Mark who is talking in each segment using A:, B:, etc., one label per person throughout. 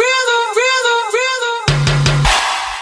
A: rhythm, rhythm, rhythm.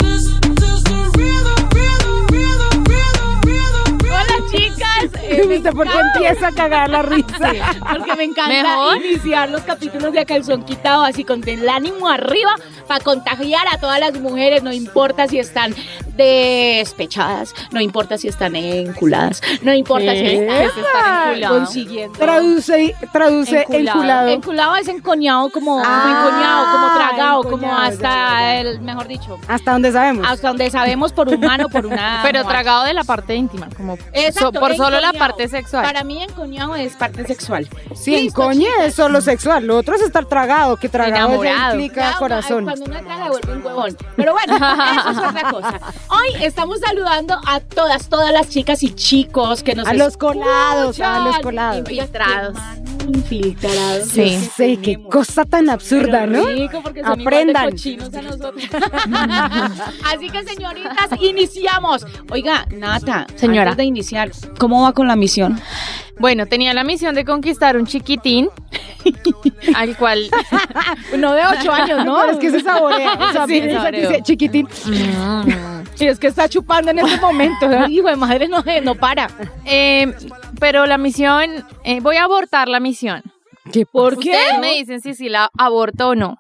A: This is the rhythm, rhythm, rhythm, rhythm, rhythm, rhythm.
B: Hola chicas, Eh, me
C: ¿Viste por qué
B: encanta-
C: empieza a cagar la risa?
B: Porque me encanta
D: ¿Mejor?
B: iniciar los capítulos de A calzón quitado así con el ánimo arriba para contagiar a todas las mujeres, no importa si están despechadas, no importa si están enculadas, no importa si
C: ¿Qué?
B: están
D: Se están enculando.
B: consiguiendo.
C: Traduce, traduce
D: Enculado.
C: enculado.
B: Enculado es encoñado, como, como
C: Ah,
B: encoñado, como tragado, como
C: encoñado, ya,
B: hasta
C: ya,
B: el, mejor dicho,
C: Hasta donde sabemos.
B: hasta donde sabemos por un mano, por una.
D: Pero
B: mujer.
D: tragado de la parte íntima, como
B: Exacto,
D: so- por solo la
B: encoñado.
D: parte sexual.
B: Para mí encoñado es parte sexual.
C: Si
B: Listo,
C: encoñe
B: chicas.
C: es solo sexual, lo otro es estar tragado, que tragado ya
D: Enamorado.
C: implica
B: Ya,
C: corazón.
B: Cuando uno traga vuelve un huevón. Pero bueno, eso es otra cosa. Hoy estamos saludando a todas, todas las chicas y chicos que nos
C: A los colados, a
B: escuchan.
C: los colados.
B: Infiltrados. Infiltrados.
D: Sí.
C: Yo sé, qué cosa tan absurda, ¿no?
B: Aprendan.
C: Aprendan.
B: Así que, señoritas, iniciamos. Oiga, Nata,
D: Señora.
B: antes de iniciar, ¿cómo va con la misión?
D: Bueno, tenía la misión de conquistar un chiquitín, al cual
B: No de ocho años,
C: No, es que se saborea. O sea,
D: Sí,
C: piensa,
D: saboreo.
C: dice, chiquitín.
D: Mm,
B: Sí, es que está chupando en este momento. Hijo de madre, no, no para.
D: Eh, pero la misión, eh, voy a abortar la misión.
C: ¿Qué
B: ¿Por qué?
D: Ustedes me dicen si sí la aborto o no.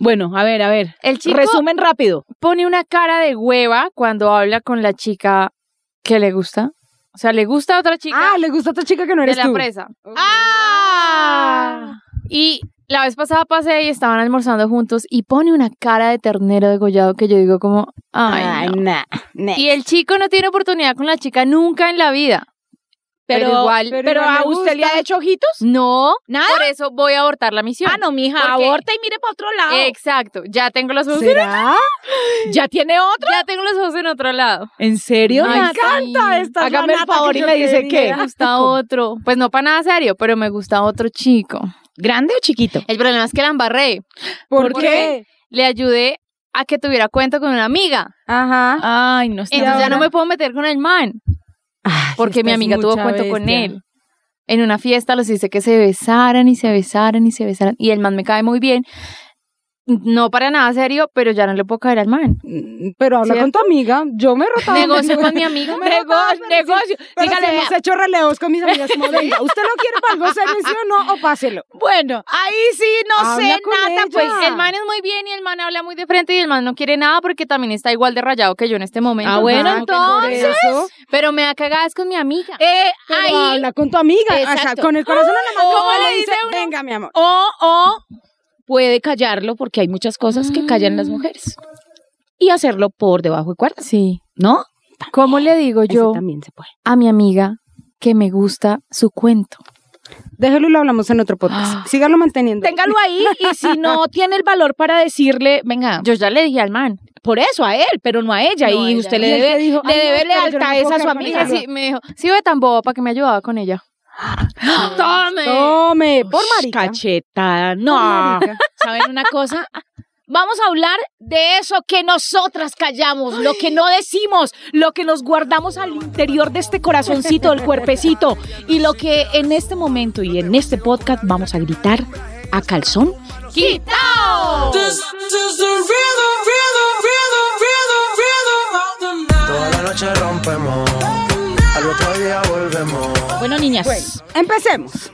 B: Bueno, a ver, a ver.
D: El chico
B: Resumen rápido.
D: pone una cara de hueva cuando habla con la chica que le gusta. O sea, le gusta a otra chica
C: Ah, le gusta a otra chica que no
D: de
C: eres
D: la
C: tú.
D: presa.
B: ¡Ah!
D: Y la vez pasada pasé y estaban almorzando juntos y pone una cara de ternero degollado que yo digo como, ay,
C: Ay,
D: no".
C: nah, nah.
D: Y el chico no tiene oportunidad con la chica nunca en la vida.
B: Pero,
D: Pero
B: igual,
D: igual-
B: pero,
C: pero
B: a
C: igual me
B: usted le ha hecho ojitos.
D: No,
B: ¿Nada?
D: por eso voy a abortar la misión.
B: Ah, no, Ah, mija,
D: Porque-
B: aborta y mire para otro lado.
D: Exacto, ya tengo los ojos,
C: ¿Será?
B: ¿Ya tiene otro?
D: ya tengo los ojos en otro lado.
B: ¿En serio?
C: Me
D: Ay,
C: encanta
D: sí.
C: esta
B: Hágame el favor y me dice
D: Me
B: qué.
D: gusta otro, pues no para nada serio, pero me gusta otro chico.
B: ¿Grande o chiquito?
D: El problema es que la embarré.
C: ¿Por
D: ¿Por
C: qué?
D: Le ayudé a que tuviera cuento con una amiga.
C: Ajá.
B: Ay, no
C: Y
D: Entonces ya no
C: ahora-
D: me puedo meter con el man.
C: Ay,
D: porque mi
C: estás
D: amiga tuvo
C: mucha
D: cuento con
C: bestia.
D: él. En una fiesta los hice que se besaran y se besaran y se besaran. Y el man me cae muy bien. No para nada serio, pero ya no le puedo caer al man.
C: Mm, Pero habla con
D: ¿Cierto?
C: tu amiga. Yo me he rotado.
D: Negocio con mi amigo.
C: me rotaba, pero
B: negocio.
C: Pero
B: Dígale,
C: si hemos hecho relevos con mis amigas. Como, venga, ¿usted lo quiere para algo serio, sí o no? O páselo.
B: bueno, ahí sí no
C: Habla
B: sé
C: con
B: nada,
C: ella.
B: pues.
D: El man es muy bien y el man habla muy de frente y el man no quiere nada porque también está igual de rayado que yo en este momento.
B: Ah, bueno,
D: Ajá, que no
C: Por
D: quiere
B: entonces,
C: eso,
D: nada. Pero me da cagadas con mi amiga.
B: Eh,
C: pero
B: ahí,
C: habla con tu amiga. O sea,
B: Exacto.
C: con el corazón en la mano.
B: ¿Cómo
C: le
B: le
C: dice,
B: dice uno?
C: venga, mi amor.
B: o, o puede callarlo porque hay muchas cosas que callan las mujeres. Y hacerlo por debajo de cuerdas,
D: Sí.
B: ¿no?
D: ¿Cómo le digo
C: Eso
D: yo
C: también se puede.
D: a mi amiga que me gusta su cuento?
C: Déjelo y lo hablamos en otro podcast. Sígalo manteniendo.
B: téngalo ahí y si no tiene el valor para decirle, venga,
D: Yo ya le dije al man.
B: por eso a él, pero no a ella
D: No a
B: y
D: ella.
B: usted
C: Y
B: le
C: él
B: debe,
C: te dijo,
B: le
C: "Ay, no,
B: debe
C: pero yo no
B: lealtad
C: puedo
B: esa a su
C: quedar con
B: amiga.
C: ella.
B: sí.
D: Sí, me dijo, sí, ve tan boba para que me ayudaba con ella. ¡Tome!
C: Tome, por
B: Ush,
C: marica.
B: Cachetada,
C: Por
B: no.
C: marica.
B: ¿Saben una cosa? Vamos a hablar de eso que nosotras callamos, lo que no decimos, lo que nos guardamos al interior de este corazoncito, del cuerpecito, y lo que en este momento y en este podcast vamos a gritar a calzón. ¡Quitao!
A: This is the rhythm, rhythm, rhythm, rhythm, rhythm of the
E: Toda
A: night.
E: la noche rompemos, al otro día volvemos.
B: Bueno, niñas.
C: Empecemos.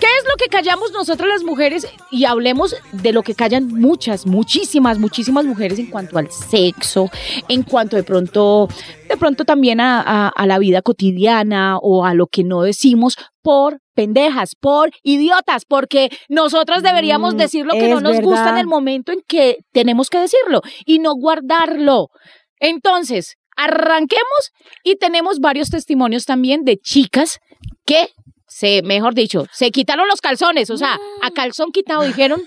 B: ¿Qué es lo que callamos nosotras las mujeres? Y hablemos de lo que callan muchas, muchísimas, muchísimas mujeres en cuanto al sexo, en cuanto de pronto, de pronto también a, a- a la vida cotidiana o a lo que no decimos por pendejas, por idiotas, porque nosotras deberíamos
C: Mm,
B: decir lo que no
C: es
B: nos gusta en
C: verdad.
B: el momento en que tenemos que decirlo y no guardarlo. Entonces, arranquemos y tenemos varios testimonios también de chicas que se, mejor dicho, se quitaron los calzones, o sea,
C: Mm.
B: a calzón quitado dijeron,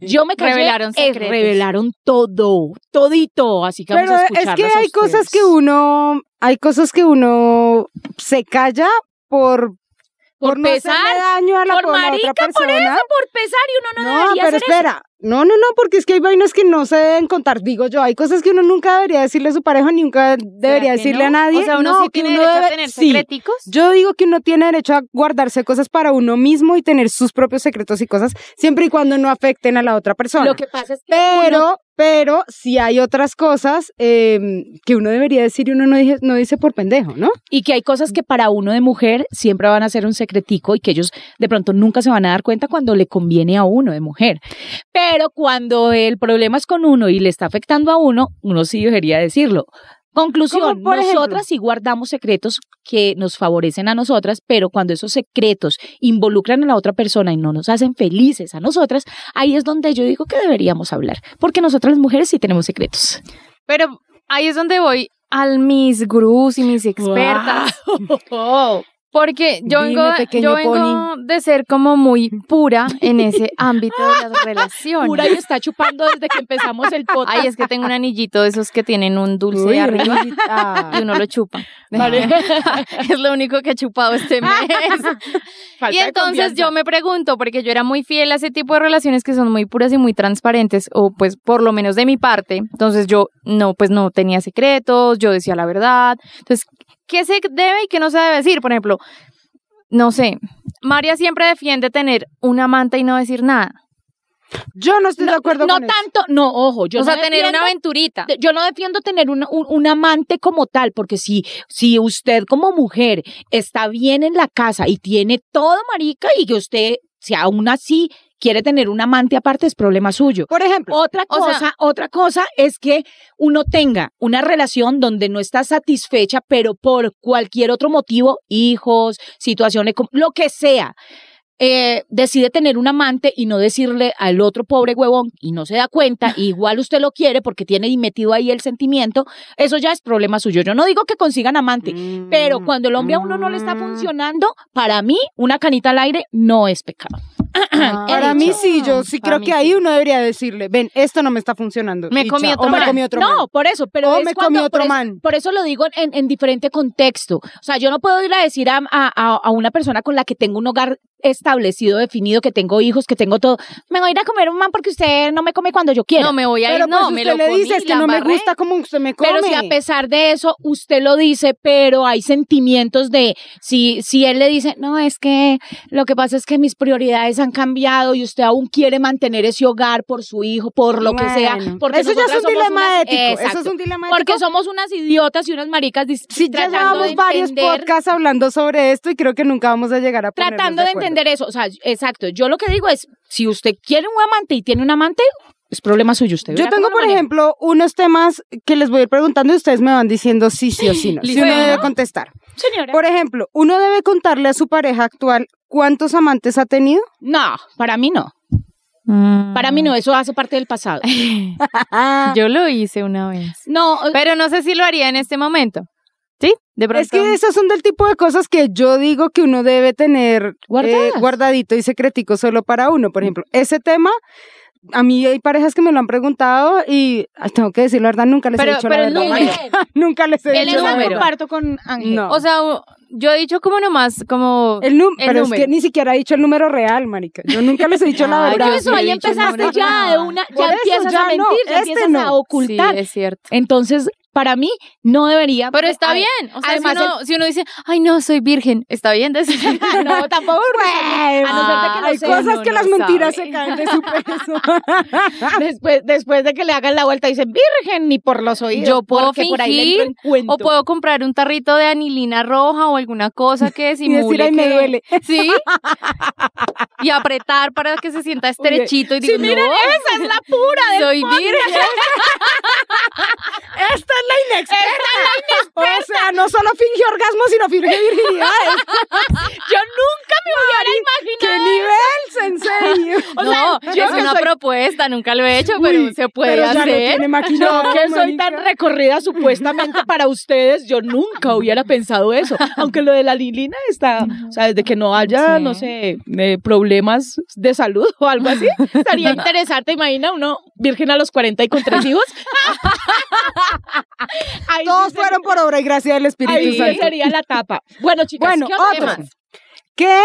B: yo me callé,
D: Revelaron
B: eh,
D: secretos.
B: revelaron todo, todito, así que
C: Pero eh,
B: vamos a
C: es
B: escucharlas
C: que
B: a
C: hay cosas
B: ustedes.
C: que uno, hay cosas que uno se calla por
B: por,
C: por no hacerle
B: pesar.
C: daño a la
B: por
C: con la
B: marica,
C: otra
B: por
C: persona.
B: eso, por pesar. Y uno no,
C: No,
B: debería hacer
C: pero
B: eso.
C: espera. No, no, no, porque es que hay vainas que no se deben contar. Digo yo, hay cosas que uno nunca debería decirle a su pareja, ni nunca debería
D: que
C: decirle
D: no?
C: a nadie.
D: O sea, uno
C: no,
D: sí
C: que
D: tiene
C: uno
D: derecho a
C: debe-
D: tener
C: sí.
D: secreticos.
C: Yo digo que uno tiene derecho a guardarse cosas para uno mismo y tener sus propios secretos y cosas, siempre y cuando no afecten a la otra persona.
B: Lo que pasa es que
C: pero, pero si hay otras cosas eh, que uno debería decir y uno no, dije- no dice por pendejo, ¿no?
B: Y que hay cosas que para uno de mujer siempre van a ser un secretico y que ellos de pronto nunca se van a dar cuenta cuando le conviene a uno de mujer. Pero cuando el problema es con uno y le está afectando a uno, uno sí debería decirlo. Conclusión,
C: ¿Cómo, por ejemplo?
B: nosotras sí guardamos secretos que nos favorecen a nosotras, pero cuando esos secretos involucran a la otra persona y no nos hacen felices a nosotras, ahí es donde yo digo que deberíamos hablar, porque nosotras las mujeres sí tenemos secretos.
D: Pero ahí es donde voy al mis gurús y mis expertas.
B: Oh,
D: Porque yo
C: Dime,
D: vengo,
C: pequeño
D: yo vengo de ser como muy pura en ese ámbito de las relaciones.
B: Pura y está chupando desde que empezamos el podcast.
D: Ay, es que tengo un anillito de esos que tienen
B: pues
D: un dulce
C: Uy, ah,
D: arriba
C: Rosita.
D: y uno lo chupa.
B: Vale.
D: es lo único que he chupado este mes. y entonces yo me pregunto, porque yo era muy fiel a ese tipo de relaciones que son muy puras y muy transparentes, o pues por lo menos de mi parte. Entonces yo no, pues no tenía secretos, yo decía la verdad. Entonces, ¿qué se debe y qué no se debe decir? Por ejemplo, no sé, María siempre defiende tener un amante y no decir nada.
C: Yo no estoy de acuerdo
B: no
C: con eso.
B: tanto, no, ojo, yo
D: o
B: no
D: sea, tener una
B: defiendo-
D: aventurita.
B: yo no defiendo tener un, un- un amante como tal, porque si, si usted como mujer está bien en la casa y tiene todo marica y que usted, si aún así quiere tener un amante aparte, es problema suyo.
C: Por ejemplo,
B: Otra
D: O sea-
B: cosa, otra cosa es que uno tenga una relación donde no está satisfecha, pero por cualquier otro motivo, hijos, situación, eco- lo que sea, eh, decide tener un amante y no decirle al otro pobre huevón y no se da cuenta, y igual usted lo quiere porque tiene metido ahí el sentimiento, eso ya es problema suyo. Yo no digo que consigan amante, pero
D: Mm,
C: Mm,
B: cuando el hombre a uno no le está funcionando, para mí una canita al aire no es pecado.
C: para mí sí, yo
B: Mm,
C: sí
D: Para
C: creo
D: mí
C: que ahí uno debería decirle, ven, esto no me está funcionando.
D: Me
C: y
D: comí
C: chao,
D: otro
C: o me
D: man.
C: comí otro
B: no,
C: man.
B: por eso, pero
C: O
B: es
C: me
B: cuando-
C: comí otro
B: por eso-
C: man.
B: Por eso lo digo en, en diferente contexto. O sea, yo no puedo ir a decir a, a- a- a una persona con la que tengo un hogar establecido, definido, que tengo hijos, que tengo todo. Me voy a ir a comer un man porque usted no me come cuando yo quiero.
D: No, me voy a ir,
C: Pero
D: no,
C: pues
D: me
C: usted
D: lo
C: le
D: comí,
C: dice, es que
D: la
C: no me
D: embarré".
C: gusta como usted me come.
B: pero si a pesar de eso usted lo dice, pero hay sentimientos de si si él le dice, "No, es que lo que pasa es que mis prioridades han cambiado y usted aún quiere mantener ese hogar por su hijo, por lo que sea,
C: Bueno,
B: porque
C: eso ya es
B: nosotras
C: un
B: somos
C: dilema
B: unas-
C: ético. Eso es
B: Exacto.
C: un dilema
B: Porque
C: ético.
B: somos unas idiotas y unas maricas dis-
C: Sí, ya
B: tratando de
C: llevamos varios
B: entender-
C: podcasts hablando sobre esto y creo que nunca vamos a llegar a ponernos
B: tratando de
C: acuerdo.
B: entender eso. O sea, exacto. Yo lo que digo es, si usted quiere un amante y tiene un amante, es problema suyo usted.
C: Yo
B: verá
C: tengo,
B: cómo lo
C: por
B: maneja.
C: ejemplo, unos temas que les voy a ir preguntando y ustedes me van diciendo sí, sí o sí no. si
D: Listo.
C: uno
D: Bueno.
C: debe contestar.
B: Señora.
C: Por ejemplo, uno debe contarle a su pareja actual cuántos amantes ha tenido.
B: No, para mí no. Para mí no, eso hace parte del pasado.
D: Yo lo hice una vez.
B: No,
D: Pero no sé si lo haría en este momento. ¿Sí? De pronto.
C: Es que esas son del tipo de cosas que yo digo que uno debe tener eh,
B: Guardadas.
C: guardadito y secretico solo para uno. Por ejemplo, ese tema, a mí hay parejas que me lo han preguntado y ay, tengo que decir la verdad, nunca les he
D: Pero-
C: dicho
D: pero
C: la
B: eh,
D: el
C: verdad.
D: número-
C: marica. nunca les he
D: el
C: dicho la
D: número.
C: verdad.
B: comparto con Ángel.
C: No.
D: O sea, u- yo he dicho como nomás, como.
C: El nu-
D: el
C: pero es
D: número.
C: que ni siquiera he dicho el número real, marica. Yo nunca les he dicho la
D: Ay,
C: verdad.
D: yo
B: Por eso
D: sí he
B: ahí
D: dicho
B: empezaste
D: número
B: ya de
D: real.
B: una,
C: Por
B: ya
C: eso,
B: empiezas
C: ya
B: a
C: no,
B: mentir, ya
C: este
B: empiezas
C: no.
B: a ocultar.
D: Sí, es cierto.
B: Entonces, para mí, no debería.
D: Pero está
B: Ay,
D: bien. O sea,
B: además
D: si, uno, si uno dice, ay, no, soy virgen, está bien decir.
B: Ah, No, tampoco. porque- A no ser de que no
C: Hay
B: sea-
C: cosas
D: no,
C: que
D: no
C: las mentiras
D: sabe.
C: se caen de su peso.
B: Después, después de que le hagan la vuelta, dicen virgen ni por los oídos.
D: Yo puedo
B: porque por ahí le
D: fingir,
B: entro en cuento.
D: O puedo comprar un tarrito de anilina roja o alguna cosa que
C: y
D: simule.
C: decir, ay, me
D: que-
C: duele.
D: Sí. Y apretar para que se sienta estrechito y digo,
B: miren,
D: no,
B: esa es la pura del
D: soy virgen.
C: Esta es la inexperta. O sea, no solo fingió orgasmo, sino fingió virginidad.
B: Yo nunca me hubiera
C: ¡Qué
B: imaginado.
C: nivel, sensei!
D: no, es una propuesta, nunca lo he hecho, pero
C: Uy,
D: se puede
C: pero Ya lo
D: hacer.
C: tiene maquinado,
B: Yo que soy
C: marica.
B: tan recorrida supuestamente para ustedes, yo nunca hubiera pensado eso. Aunque lo de la lilina está, o sea, desde que no haya,
D: Sí.
B: no sé, eh, problemas de salud o algo así, estaría interesante. Imagina uno virgen a los 40 y con tres hijos. Ahí sí
C: Todos
B: se-
C: fueron por obra y gracia del Espíritu
B: ahí sí
C: Santo.
B: sería la tapa. Bueno, chicas,
C: Bueno,
B: ¿qué otro
C: otro.
B: tema?
C: ¿Qué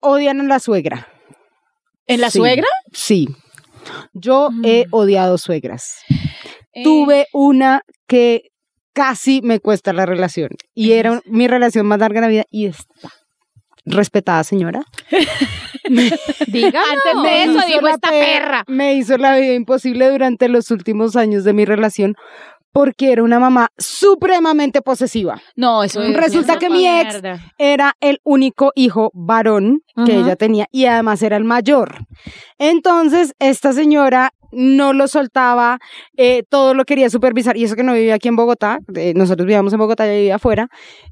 C: odian a la suegra?
B: ¿En la
C: Sí,
B: suegra?
C: Sí. Yo he
B: Mm.
C: odiado suegras.
B: Eh,
C: Tuve una que casi me cuesta la relación. Y era mi relación más larga de la vida y esta respetada señora.
D: Dígalo.
B: Antes de eso,
C: hizo
B: digo,
C: la
B: esta
C: pe-
B: perra.
C: Me hizo la vida imposible durante los últimos años de mi relación porque era una mamá supremamente posesiva.
B: No, eso
D: Pues
B: es
C: Resulta
B: una
C: que mi ex-
B: mierda.
C: Era el único hijo varón que
D: Ajá.
C: ella tenía y además era el mayor. Entonces, esta señora no lo soltaba, eh, todo lo quería supervisar y eso que no vivía aquí en Bogotá, eh, nosotros vivíamos en Bogotá, yo vivía afuera.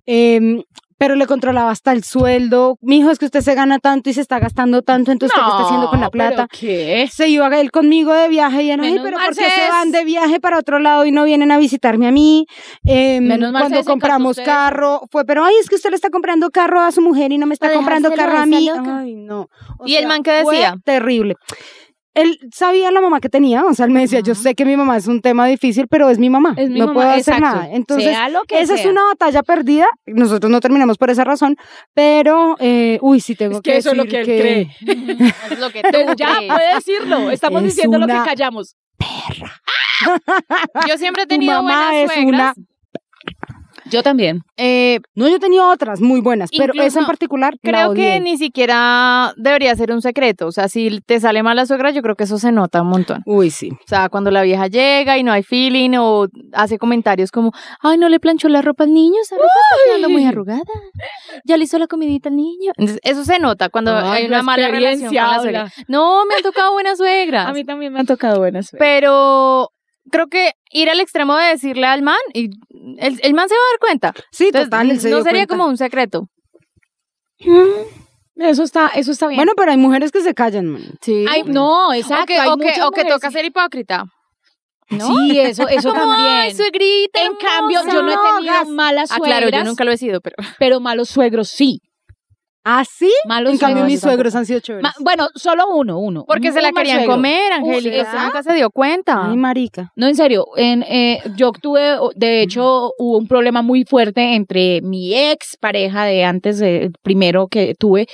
C: em, pero le controlaba hasta el sueldo. Mi hijo es que usted se gana tanto y se está gastando tanto, entonces ¿usted ¿qué está haciendo con la
B: No, ¿pero
C: plata?
B: ¿Qué?
C: se iba él conmigo de viaje y era, ay,
D: Menos
C: pero
D: mal,
C: ¿por qué se
D: Cés.
C: van de viaje para otro lado y no vienen a visitarme a mí? Em,
B: Menos mal,
C: cuando
B: Cés, se encargó
C: compramos
B: usted de eso.
C: carro, fue, pero ay, es que usted le está comprando carro a su mujer y no me está
D: Para
C: comprando
D: dejárselo
C: carro
D: a
C: a
D: esa
C: mí.
D: loca.
C: Ay, no. O
D: ¿Y el man qué
C: fue
D: decía?
C: terrible. Él sabía la mamá que tenía, o sea, él me decía, yo sé que mi mamá es un tema difícil, pero es mi mamá,
B: Es mi
C: no
B: mamá,
C: puedo hacer
B: exacto.
C: nada. Entonces,
B: Sea lo que
C: esa es
B: sea.
C: una batalla perdida, nosotros no terminamos por esa razón, pero, eh, uy, sí tengo
B: Es
C: que,
B: que eso es lo
C: decir
B: que él cree.
D: Es lo que tú
B: Pues Ya
D: crees.
B: puede decirlo. Estamos
C: Es
B: diciendo lo
C: una-
B: que callamos.
D: Yo siempre he
C: Tu
D: tenido
C: mamá
D: buenas
C: es una
D: suegras.
B: Yo también.
D: eh,
C: No, yo tenía otras muy buenas, pero esa en
D: Incluso
C: particular la
D: creo que
C: odié.
D: ni siquiera debería ser un secreto. O sea, si te sale mal la suegra, yo creo que eso se nota un montón.
C: Uy, sí.
D: O sea, cuando la vieja llega y no hay feeling o hace comentarios como, ay, no le planchó la ropa al niño, esa ropa está quedando muy arrugada. Ya le hizo la comidita al niño. Entonces, eso se nota cuando
B: Ay,
D: hay
B: la
D: una mala relación con
B: experiencia
D: la
B: habla.
D: suegra. No, me han tocado buenas suegras.
B: A mí también me han tocado buenas.
D: pero creo que ir al extremo de decirle al man y el, el man se va a dar cuenta.
C: Sí,
D: Entonces,
C: total, él se
D: no
C: dio
D: sería
C: cuenta.
D: como un secreto.
B: Eso está, eso está bien.
C: Bueno, pero hay mujeres que se callan, man.
D: Sí.
B: Ay, no, exacto.
D: o que,
B: hay
D: o que-
B: muchas
D: o que
B: mujeres-
D: toca ser hipócrita. ¿No?
B: Sí, eso, eso
D: Como, ay,
B: también.
D: suegrita
B: En cambio,
D: hermosa.
B: yo no he tenido
C: hagas.
B: malas
D: Ah,
B: suegras,
D: claro, yo nunca lo he sido, pero
B: pero malos suegros sí.
C: ¿Ah, sí?
B: Malos
C: en cambio,
B: suegros,
C: mis
B: yo tampoco.
C: suegros han sido chéveres.
B: Ma- bueno, solo uno, uno.
D: porque
B: Un
D: se la
B: mal
D: querían
B: suegro.
D: comer, Angélica,
B: Uy,
D: usted
B: ¿verdad?
D: nunca se dio cuenta.
C: Ay, marica.
B: No, en serio, en, eh, yo tuve, de hecho, hubo un problema muy fuerte entre mi ex pareja de antes, de- el primero que tuve,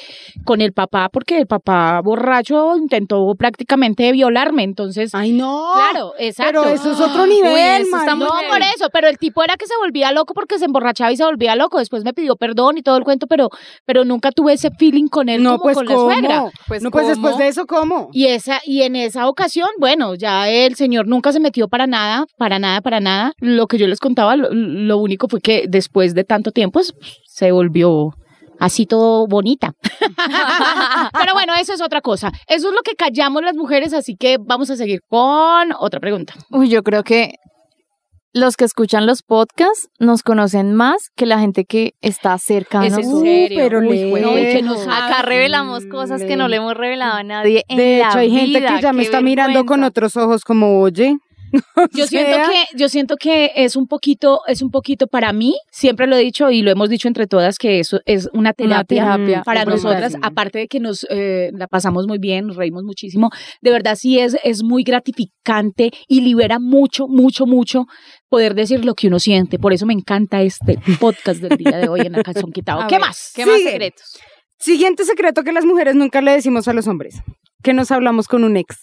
B: con el papá, porque el papá borracho intentó prácticamente violarme, entonces...
C: Ay, no.
B: Claro, exacto.
C: Ah, Pero eso es otro
B: Uy,
C: nivel,
D: eso está
C: man.
D: muy
B: No,
D: heavy.
B: por eso, pero el tipo era que se volvía loco porque se emborrachaba y se volvía loco. Después me pidió perdón y todo el cuento, pero, pero nunca tuve ese feeling con él
C: No,
B: como
C: pues,
B: con
C: ¿cómo?
B: la suegra.
D: Pues,
C: no, pues, después
D: ¿cómo?
C: de eso, ¿cómo?
B: Y esa, y en esa ocasión, bueno, ya el señor nunca se metió para nada, para nada, para nada. Lo que yo les contaba, lo, lo único fue que después de tanto tiempo pues, se volvió así todo bonita. Pero bueno, eso es otra cosa. Eso es lo que callamos las mujeres, así que vamos a seguir con otra pregunta.
D: Uy, yo creo que los que escuchan los podcasts nos conocen más que la gente que está cerca a
B: Es en
D: nosotros.
C: Uy,
B: serio.
C: Ah, pero
B: Uy,
C: lejos.
B: bueno, y que no sabe.
D: Acá revelamos cosas que no le hemos revelado a nadie. En
C: De
D: la
C: hecho, hay gente
D: vida,
C: que ya me
D: qué
C: está mirando con
D: vergüenza.
C: otros ojos como, oye. O
B: Yo siento
C: sea,
B: que, yo siento que es un poquito, es un poquito para mí, siempre lo he dicho y lo hemos dicho entre todas, que eso es una terapia,
D: terapia.
B: para
C: Es
B: nosotras,
C: buenísimo.
B: aparte de que nos eh, la pasamos muy bien, nos reímos muchísimo, de verdad sí es, es muy gratificante y libera mucho, mucho, mucho poder decir lo que uno siente. Por eso me encanta este podcast del día de hoy en la canción quitado.
D: A
B: ¿Qué
D: ver,
B: más?
D: ¿Qué más
C: Sigue.
D: secretos?
C: Siguiente secreto que las mujeres nunca le decimos a los hombres. Que nos hablamos con un ex.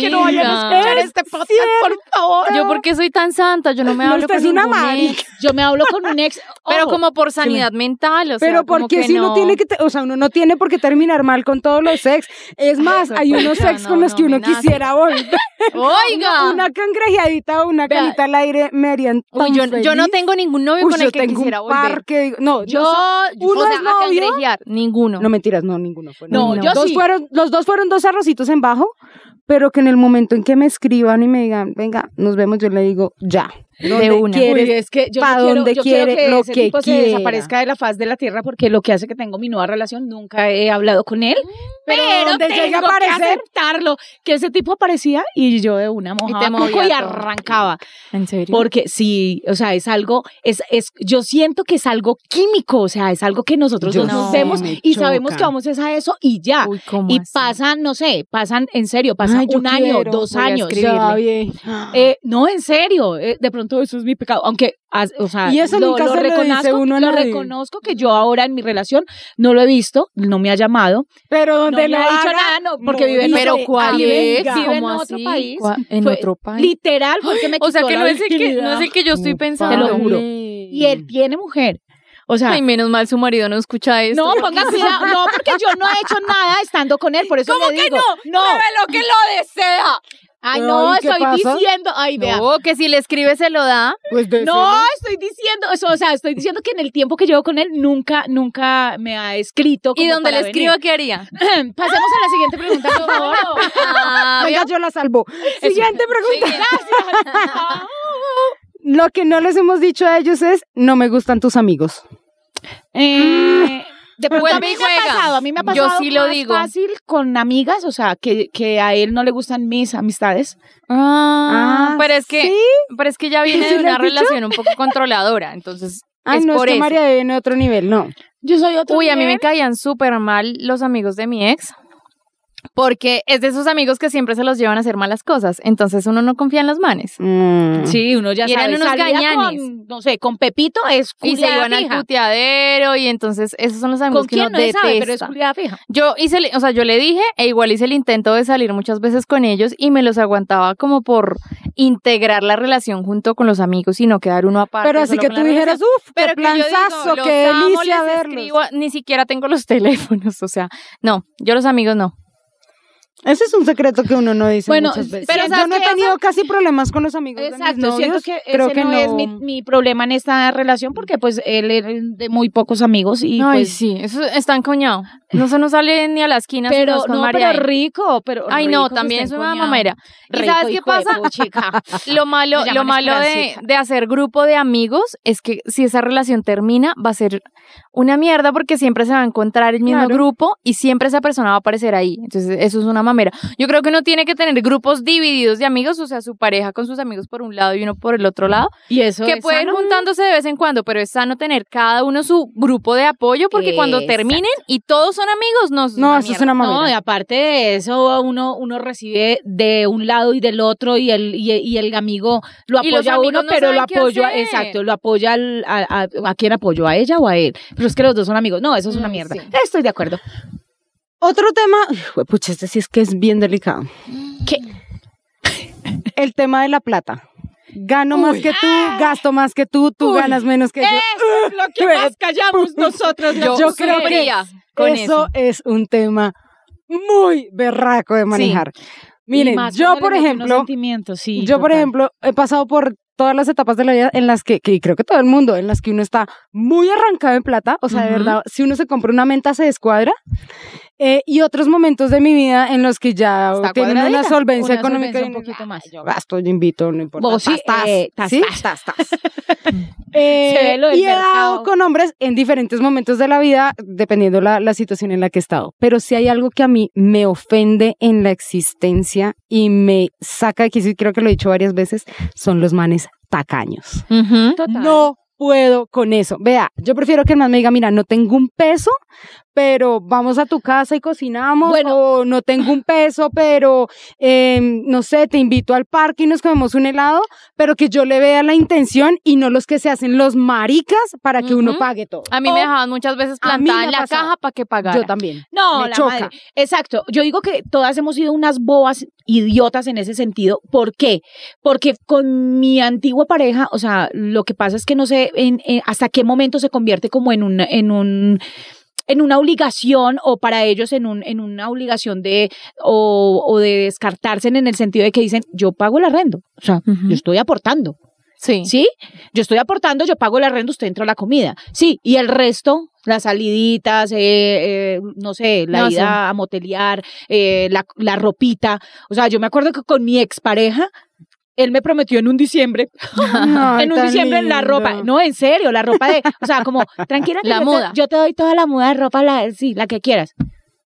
D: que no vayan a escuchar
C: este podcast, por favor.
D: Yo porque soy tan santa, yo no me
C: No,
D: hablo
C: usted
D: con
C: es una
D: ningún ex.
C: marica.
B: Yo me hablo con un ex,
D: Pero
B: ojo,
D: como por sanidad mental, o sea,
C: Pero
D: como
C: porque
D: que
C: si uno
D: no.
C: tiene que, te- o sea, uno no tiene por qué terminar mal con todos los ex. Es más,
D: no,
C: hay unos
D: no,
C: ex
D: no,
C: con los
D: no,
C: que uno
D: me nace.
C: quisiera volver.
D: Oiga,
C: Una cangrejeadita, una
B: Vea.
C: canita al aire me harían tan
D: Uy, yo, yo no
C: feliz.
D: tengo ningún novio
C: Uy,
D: con
C: yo
D: el que
C: tengo
D: quisiera
C: un
D: volver.
C: par que digo- no,
D: Yo,
C: no,
D: o
C: uno
D: sea,
C: es
D: a
C: novio.
D: cangrejear, ninguno.
C: no, mentiras, no, ninguno fue.
B: No,
C: ninguno.
B: yo
C: Dos
B: sí.
C: fueron, los dos fueron dos arrocitos en bajo, pero que en el momento en que me escriban y me digan, venga, nos vemos, yo le digo, ya.
D: de
C: ¿Dónde
D: una.
C: quieres?
B: Uy, es que yo
C: pa'
B: no quiero,
C: donde
B: yo quiero
C: quiere,
B: que
C: lo
B: ese
C: que
B: tipo
C: quiera.
B: se desaparezca de la faz de la tierra porque lo que hace que tengo mi nueva relación nunca he hablado con él, pero,
C: donde llegue a
B: tengo que
C: aparecer.
B: aceptarlo que ese tipo aparecía y yo de una mojada
D: movía
B: coco y
D: todo.
B: arrancaba
D: En serio.
B: porque sí, o sea, es algo es es yo siento que es algo químico, o sea, es algo que nosotros
C: Yo
B: dos nos
D: no,
B: vemos
C: me
B: y sabemos
C: choca.
B: que vamos es a eso y ya.
D: Uy, ¿cómo
B: Y
D: así?
B: pasan, no sé, pasan en serio, pasan
C: Ay, yo
B: un año,
C: quiero,
B: dos
D: voy a
B: años.
D: escribirle.
C: Ya, bien.
B: Eh, no, en serio, eh, de pronto eso es mi pecado. Aunque, as- o sea,
C: Y eso nunca se lo dice uno a
B: lo
C: nadie.
B: reconozco que yo ahora en mi relación no lo he visto, no me ha llamado,
C: Pero
B: no
C: donde
B: me
C: lo
B: ha dicho
C: haga,
B: nada, no, porque vive en
C: Dice,
D: Pero
B: otro-
D: ¿cuál
B: vive,
D: es?
B: en- vive en
D: ¿Cómo
B: otro
D: así?
B: país.
D: ¿Cuál- En
B: Fue-
D: otro país.
B: Literal, porque me
D: O sea
B: quitó
D: que
B: la
D: no es el que no es el
B: virginidad.
D: que yo estoy pensando.
B: lo juro. Y
C: Y
B: él tiene mujer. O sea,
D: Ay, menos mal su marido no escucha esto.
B: no, ponga cuidado, no, porque yo no he hecho nada estando con él, por eso le digo.
D: lo que lo desea.
B: Ay, no,
C: Ay, ¿qué
B: estoy
C: pasa?
B: diciendo, ay, vea.
D: No, que si le escribe se lo da.
C: pues de
B: No,
C: eso
B: estoy diciendo, eso, o sea, estoy diciendo que en el tiempo que llevo con él nunca, nunca me ha escrito.
D: Y
B: como
D: donde le
B: para venir.
D: escriba, ¿qué haría?
B: Pasemos a la siguiente pregunta, por favor.
D: Ah,
C: Oiga,
D: ¿vio?
C: yo la salvo. Siguiente pregunta.
B: Gracias.
C: Lo que no les hemos dicho a ellos es, no me gustan tus amigos.
B: Eh, de pronto a
D: Vuelve
B: mí
D: y
B: me ha
D: juega.
B: pasado, a mí me ha
D: Yo
B: pasado
D: sí lo
B: más
D: digo.
B: fácil con amigas, o sea, que, que a él no le gustan mis amistades.
D: Ah, pero es que
C: ¿sí?
D: pero es que ya viene
C: ¿Sí
D: de
C: lo
D: una
C: has dicho?
D: relación un poco controladora, entonces
B: Ah,
C: Ay,
D: es
C: no,
D: por
C: es que
D: eso.
C: María viene a otro nivel, no.
B: Yo soy otro.
D: Uy, a mí me
B: nivel.
D: caían súper mal los amigos de mi ex. Porque es de esos amigos que siempre se los llevan a hacer malas cosas. Entonces uno no confía en los manes.
C: Mm.
B: Sí, uno ya
D: Y eran
B: sabe,
D: unos
B: salía
D: gañanes.
B: con, no sé, con Pepito es
D: Y se
B: culiada
D: iban al
B: fija.
D: puteadero. Y entonces esos son los amigos
B: ¿Con
D: que
B: quién
D: uno
B: no se sabe, pero es
D: detesta.
B: culiada fija.
D: Yo hice, el- o sea, yo le dije e igual hice el intento de salir muchas veces con ellos y me los aguantaba como por integrar la relación junto con los amigos y no quedar uno aparte.
C: Pero así
D: solo
C: que
D: con
C: tú
D: la
C: dijeras,
D: relación.
C: uff, qué
D: Pero que yo digo,
C: planzazo,
D: los
C: qué
D: amo,
C: delicia
D: les
C: verlos.
D: escribo, ni siquiera tengo los teléfonos, o sea, no, yo los amigos no.
C: Ese es un secreto que uno no dice
B: Bueno,
C: muchas veces.
B: pero
C: yo
B: ¿sabes
C: no he
B: qué pasa?
C: tenido casi problemas con los amigos de mis
B: Exacto,
C: novios.
B: siento que
C: Creo
B: ese
C: que
B: no, es mi, mi problema en esta relación porque pues él era de muy pocos amigos y
D: Ay,
B: pues
D: sí, eso está encoñado. No se nos sale ni a la esquina si no
B: pero
D: es con
B: no,
D: María.
B: pero rico, pero
D: Ay, no, también es una mamera. ¿Y sabes qué pasa?
B: chica.
D: Lo malo,
B: Me
D: lo
B: Ah, llaman
D: malo de,
B: Esperancita.
D: de hacer grupo de amigos es que si esa relación termina, va a ser una mierda porque siempre se va a encontrar el mismo
C: Claro.
D: grupo y siempre esa persona va a aparecer ahí. Entonces, eso es una mamera. Yo creo que uno tiene que tener grupos divididos de amigos, o sea, su pareja con sus amigos por un lado y uno por el otro lado,
B: Y eso
D: que
B: es
D: pueden
B: sano.
D: juntándose de vez en cuando, pero es sano tener cada uno su grupo de apoyo porque cuando
B: Exacto.
D: terminen y todos son amigos, no, eso es
C: No,
D: una
C: eso es
D: mierda.
C: una
B: No, y
C: mamera.
B: aparte de eso, uno, uno recibe de un lado y del otro y el, y, y el amigo lo
D: Y los
B: apoya a uno,
D: amigos no
B: pero lo
D: saben qué
B: apoya,
D: hacer.
B: exacto, lo apoya al- a, a, a quién apoyó, a ella o a él. Pero es que los dos son amigos. No, eso es una
D: Ay,
B: mierda.
D: Mm, sí.
B: Estoy de acuerdo.
C: Otro tema, Uy, pucha, este sí es que es bien delicado.
B: ¿Qué?
C: El tema de la plata. Gano más que tú, gasto más que tú, tú
B: Uy. Eh,
C: ganas menos que yo.
B: Eso es lo que más callamos nosotros.
D: Yo,
C: Yo creo que
D: sufría con
C: eso, es un tema muy berraco de manejar. Miren, yo por ejemplo, yo por ejemplo he pasado por todas las etapas de la vida en las que, que creo que todo el mundo, en las que uno está muy arrancado en plata, o sea, de
B: Ujú.
C: verdad, si uno se compra una menta se descuadra. Eh, y otros momentos de mi vida en los que ya
D: Está
C: tienen una
D: cuadradita,
C: solvencia
B: una
C: económica.
B: solvencia
C: y
B: un
C: uno dice,
B: poquito más.
C: "Ah, Yo gasto, yo invito, no importa.
B: Vos sí,
C: tas, tas,
B: eh, tas,
C: ¿sí?
B: tas.
C: Tas, tas. Eh,
B: Se ve lo del
C: y he dado
B: mercado.
C: con hombres en diferentes momentos de la vida, dependiendo la, la situación en la que he estado. Pero si hay algo que a mí me ofende en la existencia y me saca de quicio, y creo que lo he dicho varias veces, son los manes tacaños.
D: Ujú.
C: No puedo con eso. Vea, yo prefiero que el man me diga, mira, no tengo un peso, pero vamos a tu casa y cocinamos.
B: Bueno.
C: o no tengo un peso, pero em, no sé, te invito al parque y nos comemos un helado, pero que yo le vea la intención y no los que se hacen los maricas para que uno
D: Ujú.
C: pague todo.
B: Ah,
D: A mí me dejaban muchas veces
C: A mí me
D: plantada
C: ha
D: en la
C: pasado.
D: caja para que pagara.
C: Yo también.
B: No,
C: Me
B: la
C: choca.
B: madre. Exacto. Yo digo que todas hemos sido unas bobas idiotas en ese sentido. ¿Por qué? Porque con mi antigua pareja, o sea, lo que pasa es que no sé en- en- hasta qué momento se convierte como en un, en un en una obligación o para ellos en, un, en una obligación de o, o de descartarse en el sentido de que dicen yo pago el arrendo, o sea,
D: Ujú.
B: yo estoy aportando,
D: Sí.
B: ¿sí? Yo estoy aportando, yo pago el arrendo, usted entra a la comida, sí, y el resto, las saliditas, eh, eh, no sé, la
D: No,
B: ida
D: sí.
B: a motelear, eh, la, la ropita, o sea, yo me acuerdo que con mi expareja, él me prometió en un diciembre
C: Ay,
B: en un
C: tan
B: diciembre en la
C: lindo.
B: ropa. No, en serio, la ropa de, o sea, como, tranquila, que
D: La
B: yo te-
D: muda.
B: yo te doy toda la muda de ropa, la, sí, la que quieras.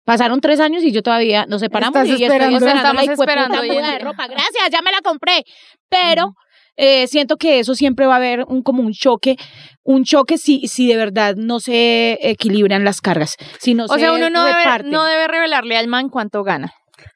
B: Pasaron tres años y yo todavía nos separamos
C: Estás
B: y
C: esperando.
B: estoy esperando la
D: Estamos
B: hijueputa
D: esperando hoy en
B: muda de
D: día.
B: ropa. Gracias, ya me la compré. Pero eh, siento que eso siempre va a haber un, como un choque, un choque si, si de verdad no se equilibran las cargas, si no
D: O
B: se
D: sea, uno no debe,
B: reparten.
D: no debe revelarle al man cuánto gana.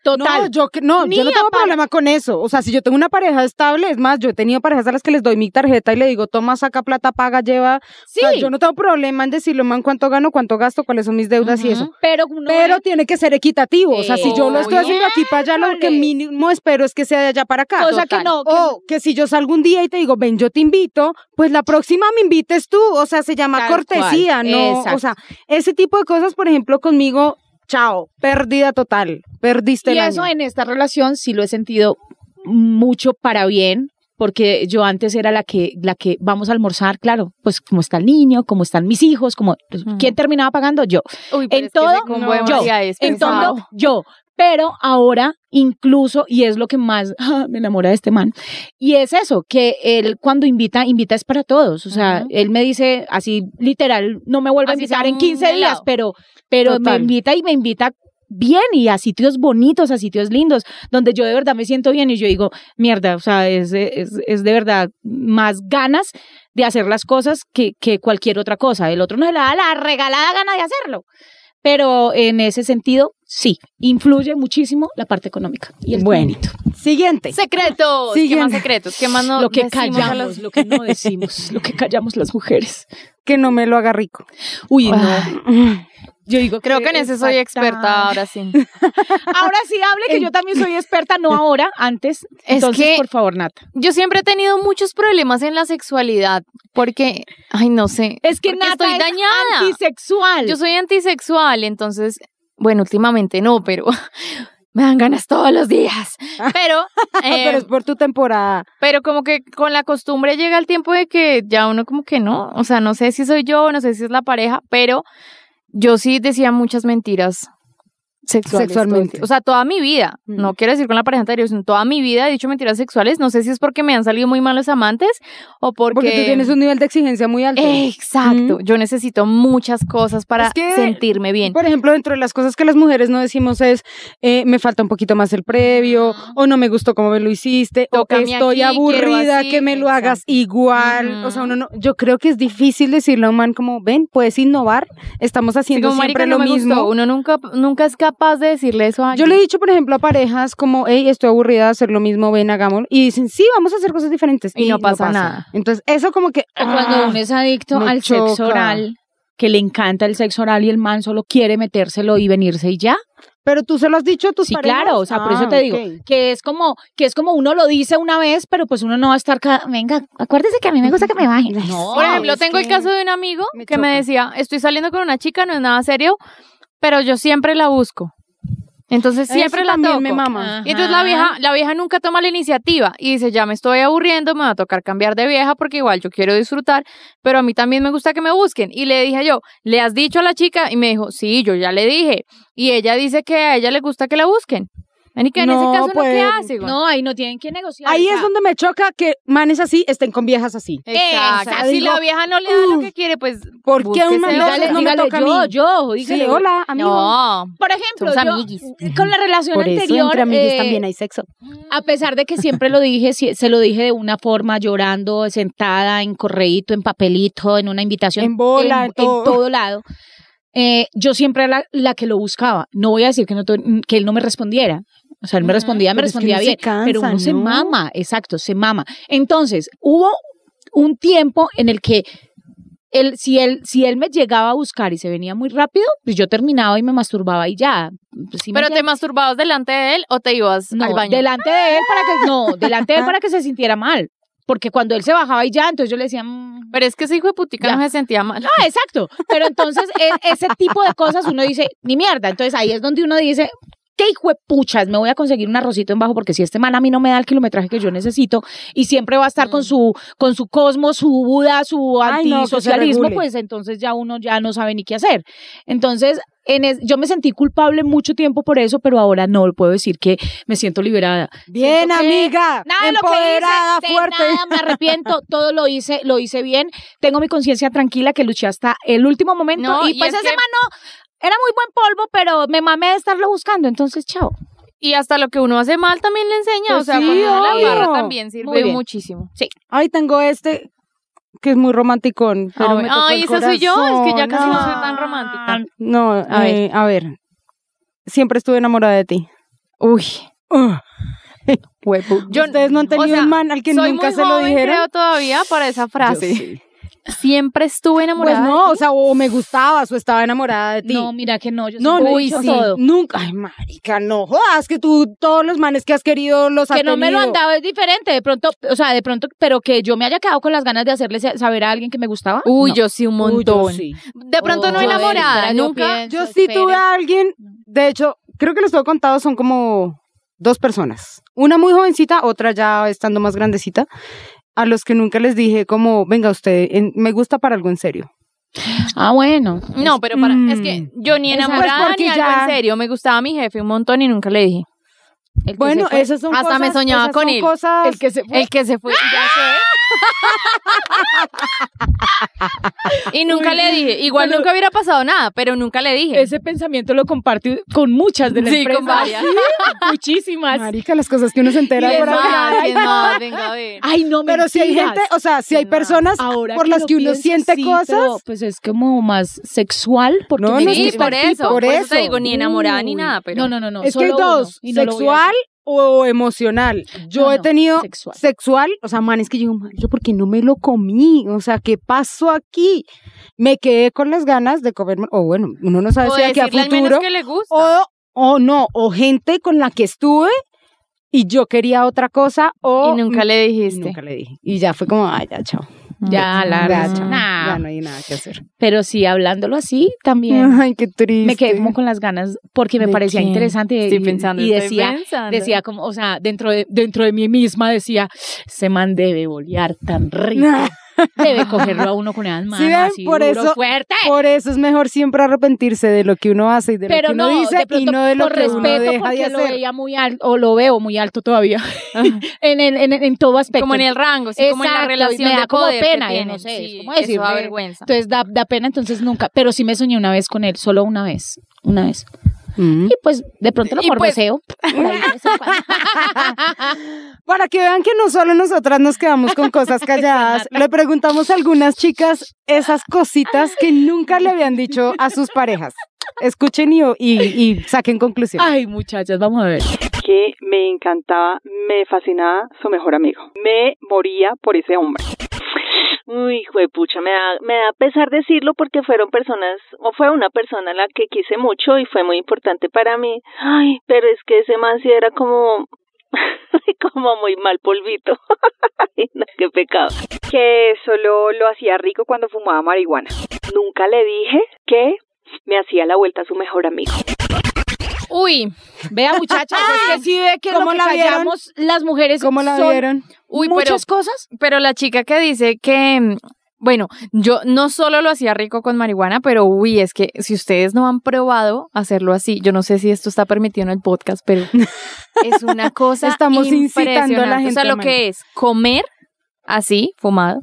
B: Total.
C: No, yo, que- no,
B: Ni
C: yo no tengo
B: apar-
C: problema con eso. O sea, si yo tengo una pareja estable, es más, yo he tenido parejas a las que les doy mi tarjeta y le digo, toma, saca plata, paga, lleva.
B: sí,
C: O sea, yo no tengo problema en decirle, man, cuánto gano, cuánto gasto, cuáles son mis deudas y eso.
D: Ujú.
B: pero uno
C: Pero
B: es
C: tiene que ser equitativo. O sea, si yo lo estoy
B: Obvio.
C: haciendo aquí para allá, lo que mínimo espero es que sea de allá para acá.
B: cosa que
D: total.
B: no, que
C: O que si yo salgo un día y te digo, ven, yo te invito, pues la próxima me invites tú. O sea, se llama
B: Tal
C: cortesía,
B: cual,
C: ¿no?
B: exacto.
C: O sea, ese tipo de cosas, por ejemplo, conmigo, chao, pérdida total. Perdiste
B: Y
C: el
B: eso
C: año.
B: en esta relación sí lo he sentido mucho para bien, porque yo antes era la que, la que vamos a almorzar, claro, pues como está el niño, como están mis hijos, como pues, quién terminaba pagando yo.
D: Uy,
B: En
D: pero es que ese
B: todo,
D: combo de
C: no.
D: María es
B: En
D: pesado.
B: todo yo. Pero ahora incluso, y es lo que más ah, me enamora de este man, y es eso, que él cuando invita, invita es para todos. O sea,
D: Ujú.
B: él me dice así literal, no me vuelva a
D: Así
B: invitar
D: sea
B: en
D: un
B: 15 días,
D: helado.
B: pero, pero me
C: Total.
B: invita y me invita bien y a sitios bonitos, a sitios lindos, donde yo de verdad me siento bien y yo digo, mierda, o sea, es, es, es de verdad más ganas de hacer las cosas que, que cualquier otra cosa. El otro no se le da la regalada gana de hacerlo. Pero en ese sentido, sí, influye muchísimo la parte económica. Y el
C: Bueno.
B: dinerito.
C: Siguiente.
D: Secretos. ¿Qué más
C: Siguiente.
D: secretos? ¿Qué más no
B: lo que
D: decimos a
B: callamos,
D: los-
B: lo que no decimos, lo que callamos las mujeres.
C: Que no me lo haga rico.
B: Uy, no.
D: Ay,
B: Yo digo
D: Ah. Creo que en ese soy experta ahora sí.
B: Ahora sí hable que yo también soy experta, no ahora, antes.
D: Es
B: Entonces,
D: que-
B: por favor, Nata.
D: Yo siempre he tenido muchos problemas en la sexualidad porque, ay, no sé.
B: Es que
D: porque
B: Nata
D: estoy
B: es
D: dañada.
B: antisexual.
D: Yo soy antisexual, entonces, bueno, últimamente no, pero me dan ganas todos los días. Pero, eh,
C: Ah. Pero es por tu temporada.
D: pero como que con la costumbre llega el tiempo de que ya uno como que no, o sea, no sé si soy yo, no sé si es la pareja, pero yo sí decía muchas mentiras sexuales. todo el
C: Sexualmente.
D: tiempo. O sea, toda mi vida,
C: Mm.
D: no quiero decir con la pareja anterior, sino toda mi vida he dicho mentiras sexuales, no sé si es porque me han salido muy malos amantes o porque...
C: Porque tú tienes un nivel de exigencia muy alto.
D: Exacto,
C: Mm.
D: yo necesito muchas cosas para
C: Es que-
D: sentirme bien.
C: Por ejemplo, dentro de las cosas que las mujeres no decimos es, eh, me falta un poquito más el previo, o no me gustó cómo me lo hiciste, o
D: Tócame
C: estoy
D: aquí, quiero
C: aburrida,
D: así,
C: que me lo hagas igual.
D: Ujú.
C: O sea, uno no, yo creo que es difícil decirle a un man como, ven, puedes innovar, estamos
D: Sí,
C: haciendo
D: como,
C: siempre
D: marica,
C: lo
D: no me
C: mismo.
D: gustó. Uno nunca, nunca es capaz de decirle eso a
C: Yo
D: alguien.
C: le he dicho, por ejemplo, a parejas como, hey, estoy aburrida de hacer lo mismo, ven, hagámoslo. Y dicen, sí, vamos a hacer cosas diferentes.
D: Y no pasa nada.
C: Entonces, eso como que...
B: O cuando
C: ah,
B: uno es adicto
C: me
B: al sexo
C: choca.
B: oral, que le encanta el sexo oral y el man solo quiere metérselo y venirse y ya.
C: Pero tú se lo has dicho a tus
B: sí,
C: parejas.
B: claro, o sea, por eso
C: Ah,
B: te digo
C: ok.
B: que es como que es como uno lo dice una vez, pero pues uno no va a estar cada, venga, acuérdese que a mí me gusta que me bajen. No.
D: Por ejemplo,
C: es
D: tengo el
C: que
D: caso de un amigo
C: me
D: que me
C: choca.
D: decía, estoy saliendo con una chica, no es nada serio, pero yo siempre la busco. Entonces siempre
C: Eso
D: la
C: también
D: toco.
C: me mama.
D: Y entonces la vieja, la vieja nunca toma la iniciativa y dice, ya me estoy aburriendo, me va a tocar cambiar de vieja porque igual yo quiero disfrutar, pero a mí también me gusta que me busquen. Y le dije yo, ¿le has dicho a la chica? Y me dijo, sí, yo ya le dije. Y ella dice que a ella le gusta que la busquen. Y que en
C: No,
D: ese caso no, ¿qué
C: pues,
D: hace? güey?
B: No, ahí no tienen que negociar.
C: Ahí
B: o sea,
C: es donde me choca que manes así estén con viejas así.
D: Exacto.
C: Esa,
D: Si
C: digo,
D: la vieja no le da lo
C: "Uf,
D: que quiere, pues
C: ¿Por qué
D: Búsquese,
C: un man
D: dígale,
C: no me
B: dígale
C: toca
B: yo,
C: a mí?
B: yo, dígale.
C: sí, hola, amigo.
D: No,
B: Por ejemplo,
D: Somos
B: yo, eh,
D: amiguis.
B: con la relación
C: Por eso
B: anterior,
C: entre amiguis
B: eh,
C: también hay sexo.
B: a pesar de que siempre lo dije, sí, se lo dije de una forma, llorando, sentada, en correíto, en papelito, en una invitación,
C: En bola, en todo.
B: lado. eh, yo siempre era la, la que lo buscaba. No voy a decir que, no, tu- que él no me respondiera. O sea, él me respondía, me
C: Ah, Pero es que
B: respondía
C: uno se
B: bien,
C: cansa,
B: pero uno se
C: ¿no?
B: mama, exacto, se mama. Entonces, hubo un tiempo en el que él, si, él, si él me llegaba a buscar y se venía muy rápido, pues yo terminaba y me masturbaba y ya. Pues, ¿Sí me
D: pero te masturbabas delante de él o te ibas
B: no,
D: al baño.
B: delante de él para que no, delante de él para que se sintiera mal, porque cuando él se bajaba y ya, entonces yo le decía, "Mm".
D: Pero es que ese hijo de putica
B: Ya.
D: no se sentía mal.
B: ah, exacto. Pero entonces e- ese tipo de cosas uno dice, ni mierda. Entonces ahí es donde uno dice, qué hijo de puchas, me voy a conseguir un arrocito en bajo porque si este man a mí no me da el kilometraje que yo necesito y siempre va a estar con su con su cosmos, su Buda, su
C: Mm. Ay, no, que se
B: antisocialismo,
C: regule.
B: pues entonces ya uno ya no sabe ni qué hacer. Entonces en es- yo me sentí culpable mucho tiempo por eso, pero ahora no puedo decir que me siento liberada.
C: Bien,
B: Siento que
C: amiga.
B: Nada de
C: empoderada,
B: lo que hice, de
C: fuerte.
B: nada me arrepiento, todo lo hice, lo hice bien. Tengo mi conciencia tranquila que luché hasta el último momento
D: No,
B: y
D: y
B: pues
D: es
B: ese
D: que-
B: mano era muy buen polvo, pero me mamé de estarlo buscando, entonces chao.
D: Y hasta lo que uno hace mal también le enseña.
C: Pues
D: o sea,
C: sí,
D: cuando uno la
C: obvio.
D: barra también
B: Muy
D: sirve
B: bien.
D: muchísimo.
C: Ay, tengo este que es muy romanticón. Pero
D: Ay,
C: me tocó
D: ay,
C: el
D: esa soy yo, es que ya casi no
C: corazón.
D: soy tan romántica.
C: No,
D: A
C: eh, a ver. Siempre estuve enamorada de ti.
D: Uy,
C: Ugh.
D: huevo.
C: Ustedes no han tenido un man al que
D: soy
C: nunca
D: muy
C: se lo
D: joven,
C: dijeron.
D: creo todavía para esa frase. Siempre estuve enamorada.
C: Pues
D: de
C: no,
D: ti.
C: o sea, o me gustabas o estaba enamorada de ti.
B: No, mira que no, yo
C: No,
B: siempre
C: no,
B: he
C: y
B: dicho
C: sí,
B: todo.
C: nunca, ay, marica, no jodas, que tú todos los manes que has querido los has
B: Que no me lo han
C: tenido.
B: dado es diferente, de pronto, o sea, de pronto, pero que yo me haya quedado con las ganas de hacerle sa- saber a alguien que me gustaba.
D: Uy,
B: no.
D: yo sí un
C: Uy, yo
D: montón.
C: sí.
D: De pronto no
B: Uy,
D: enamorada,
B: espera, yo
D: nunca.
C: Yo sí tuve a alguien, de hecho, creo que les tengo contado, son como dos personas. Una muy jovencita, otra ya estando más grandecita, a los que nunca les dije como, venga usted, en- me gusta para algo en serio.
B: Ah, bueno.
D: No, pero para, es que
C: Mm.
D: yo ni
C: Esa-
D: enamorada
C: Pues porque
D: ni algo
C: ya-
D: en serio. Me gustaba mi jefe un montón y nunca le dije.
B: El que
C: Bueno,
B: se fue.
C: esas son
D: Hasta
C: cosas.
D: me soñaba
C: esas
D: con
C: son
D: él.
C: Cosas,
D: El que se fue. El que se fue. ¿Y, ya qué? Y nunca le dije. Igual
B: Bueno,
D: nunca hubiera pasado nada, pero nunca le dije.
B: ese pensamiento lo comparto con muchas de las
D: Sí, con varias.
B: Muchísimas.
C: Marica, las cosas que uno se entera
D: ¿Quién
C: por
D: más?
C: acá.
D: ¿Quién más? Venga, a
C: Ah,
D: ver.
B: Ay, no,
C: Pero si hay
B: mentiras.
C: gente, o sea, si hay
D: No.
C: personas
B: Ahora
C: por las
B: lo
C: que uno
B: pienso,
C: siente
B: sí,
C: cosas.
B: pero, pues es como más sexual. Porque
C: No,
B: me
D: Sí,
C: no, es que
B: gusta
D: por
B: el tipo.
D: eso. Por eso te
C: eso.
D: digo, ni enamorada ni
B: Uy.
D: nada, pero.
B: No, no, no, no.
C: es que hay
B: solo uno,
C: dos,
B: y no lo voy a
C: sexual o emocional. Yo
B: No,
C: he
B: no,
C: tenido
B: sexual.
C: sexual. o sea, man, es que yo digo, "Marica, ¿por qué no me lo comí? O sea, ¿qué pasó aquí? Me quedé con las ganas de comerme, o bueno, uno no sabe
D: O
C: si de aquí a
D: decirle al menos
C: futuro,
D: que le gusta.
C: o, o no, o gente con la que estuve y yo quería otra cosa, o...
D: y nunca le
C: y
D: dijiste.
C: nunca le dije. Y ya fue como, ah, ya, chao.
B: decir. Ya, la
C: ya, chao.
B: razón. Nah.
C: Ya no hay nada que hacer.
B: Pero sí, hablándolo así, también
C: Ay, qué triste.
B: me quedé como con las ganas porque me
D: ¿De
B: parecía
D: qué?
B: interesante.
D: Estoy
B: y-
D: pensando,
B: Y
D: estoy
B: decía,
D: pensando.
B: decía como, o sea, dentro de, dentro de mí misma decía, se man debe bolear tan rico. Debe cogerlo a uno con las manos
C: ven?
B: así
C: Por
B: duro,
C: eso-
B: fuerte.
C: Por eso es mejor siempre arrepentirse de lo que uno hace y de
B: pero
C: lo que
B: no,
C: uno
B: de
C: dice y
B: pronto
C: no de lo
B: por
C: que uno
B: respeto
C: deja
B: porque
C: de
B: lo
C: hacer.
B: veía muy alto o lo veo muy alto todavía en, en, en, en todo aspecto.
D: Como en el rango, sí, como en la
B: Exacto, y
D: relación
B: me da
D: de
B: como
D: poder que
B: pena, yo no
D: tienen,
B: sé, es
D: sí,
B: como
D: eso da
B: decirle-
D: vergüenza.
B: Entonces da, da pena, entonces nunca. Pero sí me soñé una vez con él, solo una vez, una vez.
C: Mm.
B: Y pues de pronto lo
D: Y pues-
B: morboseo. por ahí de vez en cuando.
C: Para que vean que no solo nosotras nos quedamos con cosas calladas, le preguntamos a algunas chicas esas cositas que nunca le habían dicho a sus parejas. Escuchen y, y- y saquen conclusión.
B: Ay, muchachas, vamos a ver.
F: que me encantaba, me fascinaba su mejor amigo. Me moría por ese hombre. Uy, juepucha, me da, me da pesar decirlo porque fueron personas, o fue una persona a la que quise mucho y fue muy importante para mí. Ay, pero es que ese man sí era como, como muy mal polvito. Ay, no, qué pecado.
G: que solo lo hacía rico cuando fumaba marihuana.
F: Nunca le dije que me hacía la vuelta a su mejor amigo.
D: Uy,
B: Vea, muchachas, es Ah, que sí ve que lo
C: ¿Cómo
B: que
C: la vieron?
B: callamos las mujeres
C: ¿Cómo la
B: son
C: vieron?
D: uy, pero,
B: muchas cosas.
D: pero la chica que dice que, mm, bueno, yo no solo lo hacía rico con marihuana, pero uy, es que si ustedes no han probado hacerlo así, yo no sé si esto está permitido en el podcast, pero es una cosa
C: Estamos incitando a la
D: impresionante. O sea,
C: gente,
D: lo
C: Mari.
D: que es comer así, fumado,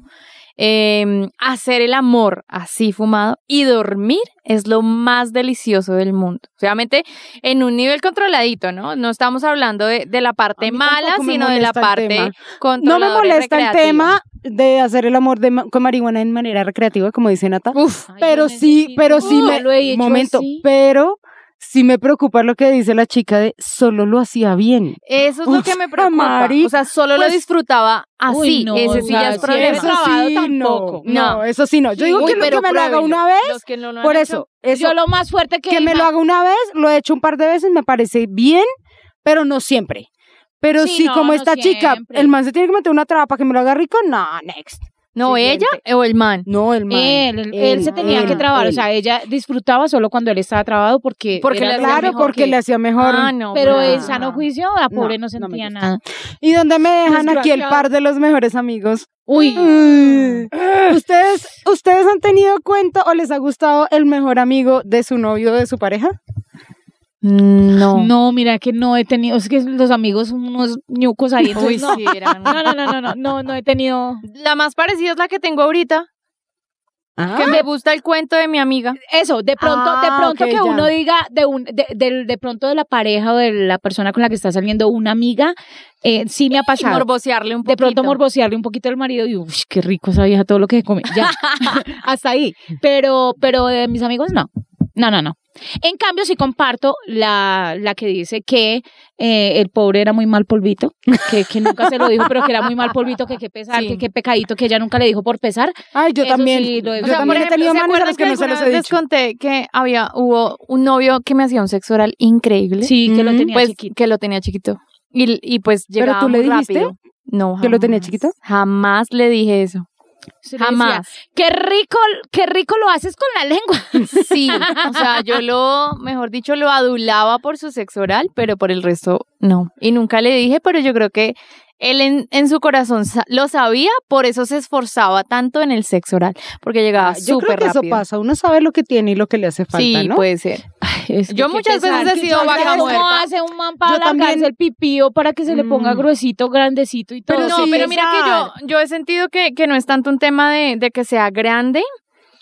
D: eh, hacer el amor así fumado y dormir es lo más delicioso del mundo. Obviamente en un nivel controladito, ¿no? No estamos hablando de, de la parte
C: A mí
D: mala,
C: tampoco me
D: sino de la
C: molesta el
D: parte
C: tema. No me
D: controladora y
C: molesta el
D: recreativa.
C: tema de hacer el amor de ma- con marihuana en manera recreativa, como dice Nata.
D: Uf,
C: pero sí, pero sí me
B: lo he hecho
C: momento,
B: así.
C: pero sí me preocupa lo que dice la chica de solo lo hacía bien.
D: eso es lo
C: Uf,
D: que me preocupa.
C: Mari,
D: o sea, solo lo
C: pues-
D: disfrutaba así.
B: Uy, no,
D: ese sí
B: o sea,
D: ya es
B: sí,
D: problema.
B: eso- grabado tampoco.
C: No,
D: No.
C: eso sí no. Yo
D: Sí,
C: digo
D: uy,
C: que lo
D: pero
C: que me lo haga
D: pruébenlo.
C: una vez,
D: Los que no lo han
C: por
D: hecho,
C: eso, eso
B: Yo lo más fuerte que,
C: que me lo haga una vez, lo he hecho un par de veces, me parece bien, pero no siempre. Pero
B: Sí,
C: sí,
B: no,
C: como
B: no
C: esta chica,
B: siempre.
C: el man se tiene que meter una traba para que me lo haga rico, no, next.
D: No,
C: Siguiente.
D: ella o el man.
C: No, el man.
B: Él, él, él se tenía
C: él,
B: que trabar, o
C: él.
B: sea, ella disfrutaba solo cuando él estaba trabado porque
D: Porque
B: e-, era
D: le
B: lo
D: hacía
C: Claro,
B: mejor
C: porque
B: que-
C: le hacía mejor.
D: Ah, no.
B: pero
D: no.
B: en sano juicio, la
C: No,
B: pobre no,
C: no me
B: sentía
C: gusta.
B: nada.
C: ¿Y dónde me dejan aquí el
B: Desgraciado.
C: par de los mejores amigos?
B: Uy,
C: Mm. ¿Ustedes, ¿Ustedes han tenido cuenta o les ha gustado el mejor amigo de su novio o de su pareja?
D: No.
B: no, mira que no he tenido, es que los amigos son unos ñucos ahí, entonces
D: Uy,
B: no.
D: sí, eran-
B: No, no, no, no, no, no, no he tenido.
D: La más parecida es la que tengo ahorita. Que me gusta el cuento de mi amiga.
B: Eso, de pronto, de
C: Ah,
B: pronto
C: ok,
B: que
C: ya.
B: uno diga de un, de, del- de pronto de la pareja o de la persona con la que está saliendo una amiga, eh, sí me ha
D: Y
B: pasado.
D: morbosearle un poquito.
B: de pronto morbosearle un poquito al marido y uff, qué rico esa vieja todo lo que come. Ya, hasta ahí. Pero, pero de mis amigos no. No, no, no. En cambio, sí comparto la, la que dice que eh, el pobre era muy mal polvito, que, que nunca se lo dijo, pero que era muy mal polvito, que qué pesar,
D: Sí.
B: que qué pecadito, que ella nunca le dijo por pesar.
C: Ay, yo
B: Eso
C: también.
B: sí, lo he visto.
C: yo
B: O sea,
C: también he tenido manes a los que no se los he
D: Les
C: dicho.
D: conté que había, hubo un novio que me hacía un sexo oral increíble.
B: Sí, que lo
C: Ujú.
B: tenía
D: pues,
B: chiquito.
D: Que lo tenía chiquito. Y, y pues
C: ¿Pero
D: llegaba
C: tú le
D: muy
C: dijiste
D: rápido. No,
C: que lo tenía
D: jamás.
C: chiquito?
D: Jamás le dije eso.
B: Se le
D: Jamás.
B: decía, Qué rico, qué rico lo haces con la lengua.
D: Sí, o sea, yo lo, mejor dicho, lo adulaba por su sexo oral, pero por el resto no. Y nunca le dije, pero yo creo que él en, en su corazón sa- lo sabía, por eso se esforzaba tanto en el sexo oral, porque llegaba
C: Ah, Yo creo
D: súper
C: que
D: rápido.
C: eso pasa. Uno sabe lo que tiene y lo que le hace falta,
D: sí, pues,
C: ¿no?
D: puede ser. Yo muchas veces he sido vaca
B: ¿Cómo
D: muerta.
B: hace un man para
C: Yo también-
B: alargarse el pipío para que se le ponga
D: Mm.
B: gruesito, grandecito y todo?
D: Pero no,
C: sí
D: pero
C: es
D: mira que yo, yo he sentido que, que no es tanto un tema de, de que sea grande,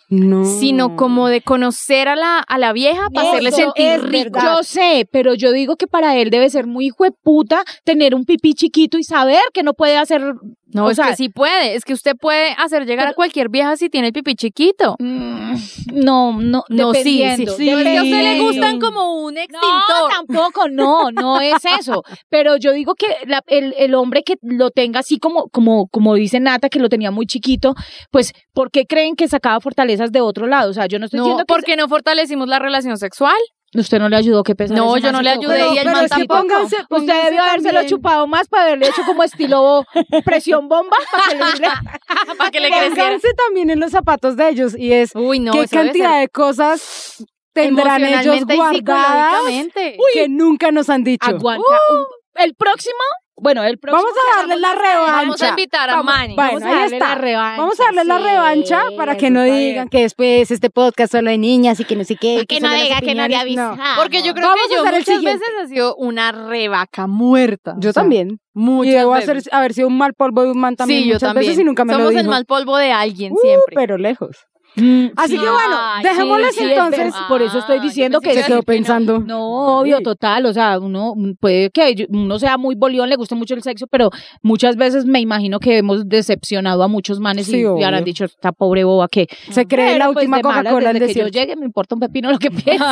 C: No. Mm.
D: sino como de conocer a la, a la vieja para
B: Eso
D: hacerle sentir
B: es
D: rico.
B: Yo sé, pero yo digo que para él debe ser muy hijo de puta tener un pipí chiquito y saber que no puede hacer.
D: No,
B: o
D: es
B: sea,
D: que sí puede, es que usted puede hacer llegar a cualquier vieja si tiene el pipí chiquito.
B: mm, No, no,
D: No, sí, sí,
B: dependiendo,
D: sí. Pero es que a usted le
B: dependiendo.
D: gustan como un
B: No,
D: extintor.
B: tampoco, no, no es eso. Pero yo digo que la- el, el hombre que lo tenga así como, como, como dice Nata, que lo tenía muy chiquito, pues, ¿por qué creen que sacaba fortalezas de otro lado? O sea, yo no estoy
D: No,
B: diciendo que
D: porque no fortalecimos la relación sexual.
B: usted no le ayudó, qué pesar.
D: No,
B: ese
D: yo
B: man
D: no
B: se
D: le
B: quedó con la
D: ayudé y
B: hija
D: el man
C: pero es que
D: tampoco.
C: pónganse,
B: Usted
C: pónganse
B: Pues debió habérselo
C: Pues también-
B: chupado más para haberle hecho como estilo presión bomba para que le-
D: Para que le creciera.
C: Pónganse también en los zapatos de ellos y es
D: Uy, no,
C: qué
D: eso debe
C: cantidad
D: ser
C: de cosas tendrán ellos
D: emocionalmente y
C: guardadas
D: psicológicamente.
C: que nunca nos han dicho.
B: aguanta. un- el próximo, bueno, el próximo.
C: Vamos a darle la
D: Vamos a
C: revancha.
D: invitar a Manny.
C: Bueno, ahí está. Vamos a darle la revancha para que no digan que después este podcast solo de niñas y que no sé qué. y solo las opiniones.
D: Porque yo creo
C: Vamos
D: que
C: a
D: yo
C: hacer el
D: muchas
C: siguiente.
D: veces ha sido una revaca muerta.
C: Yo
D: o sea,
C: también.
D: Muchas
C: y debo
D: veces.
C: hacer, haber sido un mal polvo de un man también
D: sí, yo
C: muchas
D: también.
C: veces y nunca me
D: Somos
C: lo
D: el
C: dijo.
D: mal polvo de alguien
C: Uh,
D: siempre.
C: pero lejos. Así
D: sí.
C: que bueno,
D: Ay, sí,
C: dejémosles
D: sí, es
C: entonces.
D: verdad.
B: por eso estoy
D: Ah,
B: diciendo
D: yo pensé
B: que
D: que
C: Se
D: iba a
C: quedó
D: decir que no.
C: pensando.
B: No, obvio, total. O sea, uno puede que uno sea muy bolión, le guste mucho el sexo, pero muchas veces me imagino que hemos decepcionado a muchos manes
C: Sí,
B: y, y
C: obvio.
B: habrán dicho, esta pobre boba que.
C: Se cree
B: Pero,
C: la
B: pues,
C: última
B: de malas,
C: Coca-Cola del
B: desde que yo
C: desierto.
B: llegue, me importa un pepino lo que piense.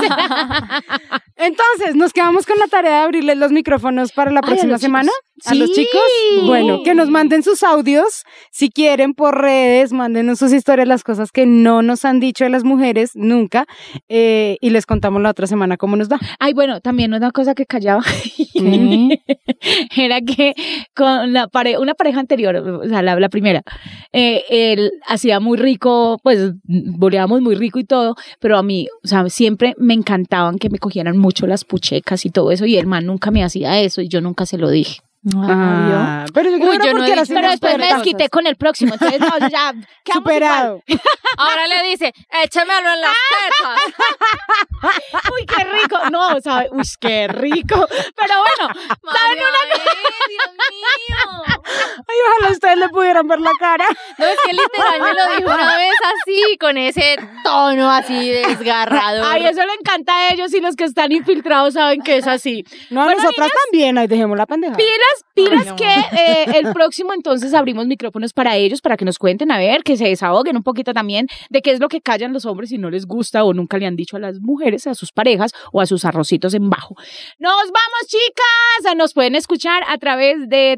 C: Entonces, nos quedamos con la tarea de abrirles los micrófonos para la
B: Ay, a
C: próxima
B: los chicos.
C: semana. ¿A los
B: Sí.
C: chicos? Bueno, que nos manden sus audios. Si quieren, por redes, mándenos sus historias, las cosas que no nos han dicho de las mujeres nunca. eh, y les contamos la otra semana cómo nos va.
B: Ay, bueno, también una cosa que callaba era que con la pare- una pareja anterior, o sea, la, la primera, eh, él hacía muy rico, pues boleábamos muy rico y todo, pero a mí, o sea, siempre me encantaban que me cogieran mucho las puchecas y todo eso, y el man nunca me hacía eso y yo nunca se lo dije.
D: Ah,
C: Ah, pero yo creo
D: Uy,
C: que
D: yo
C: era
D: no
C: porque
D: he
C: eras
D: dicho-
B: Pero después me
D: expertas.
B: desquité con el próximo, entonces no, ya quedamos
C: Superado.
D: Ahora le dice, échamelo en las tetas.
B: igual. Uy, qué rico. No, o sea, uy, qué rico. Pero bueno,
D: ¿Saben una cosa? Dios mío.
C: Ay, ojalá ustedes le pudieran ver la cara.
D: No, es que literal me lo dijo una vez así, con ese tono así desgarrador.
B: ay, eso le encanta a ellos y los que están infiltrados saben que es así.
C: No, a
B: Bueno,
C: nosotras también. Ahí dejemos la pendeja.
B: Pilas, pilas
D: Ay, no.
B: que eh, el próximo entonces abrimos micrófonos para ellos, para que nos cuenten, a ver, que se desahoguen un poquito también de qué es lo que callan los hombres y no les gusta o nunca le han dicho a las mujeres, a sus parejas o a sus arrocitos en bajo. Nos vamos, chicas. Nos pueden escuchar a través de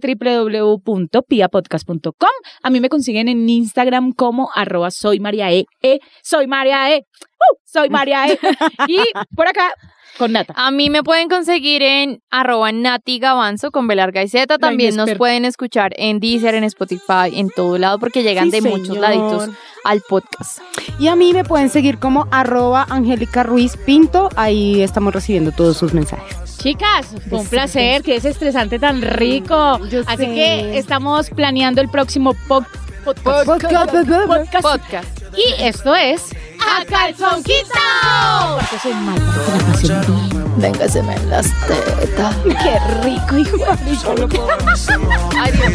B: www.piapodcast.com. A mí me consiguen en Instagram como arroba soy María E. E, soy María E. Uh, soy María E. Y por acá con Nata.
D: A mí me pueden conseguir en arroba Nati Gavanzo con B larga y Z. También nos
C: inexperta.
D: pueden escuchar en Deezer, en Spotify, en todo lado, porque llegan
C: Sí,
D: de muchos
C: señor.
D: laditos al podcast.
C: Y a mí me pueden seguir como arroba Angélica Ruiz Pinto. Ahí estamos recibiendo todos sus mensajes.
B: Chicas, fue un placer, que es estresante tan rico.
C: Yo
B: Así
C: sé.
B: que estamos planeando el próximo po- podcast. Podcast.
D: Podcast.
B: Y esto es A Calzón Quitao. Porque soy mala, me la pasé bien.
D: Véngaseme en las tetas.
B: Qué rico, hijo de puta.
D: Adiós.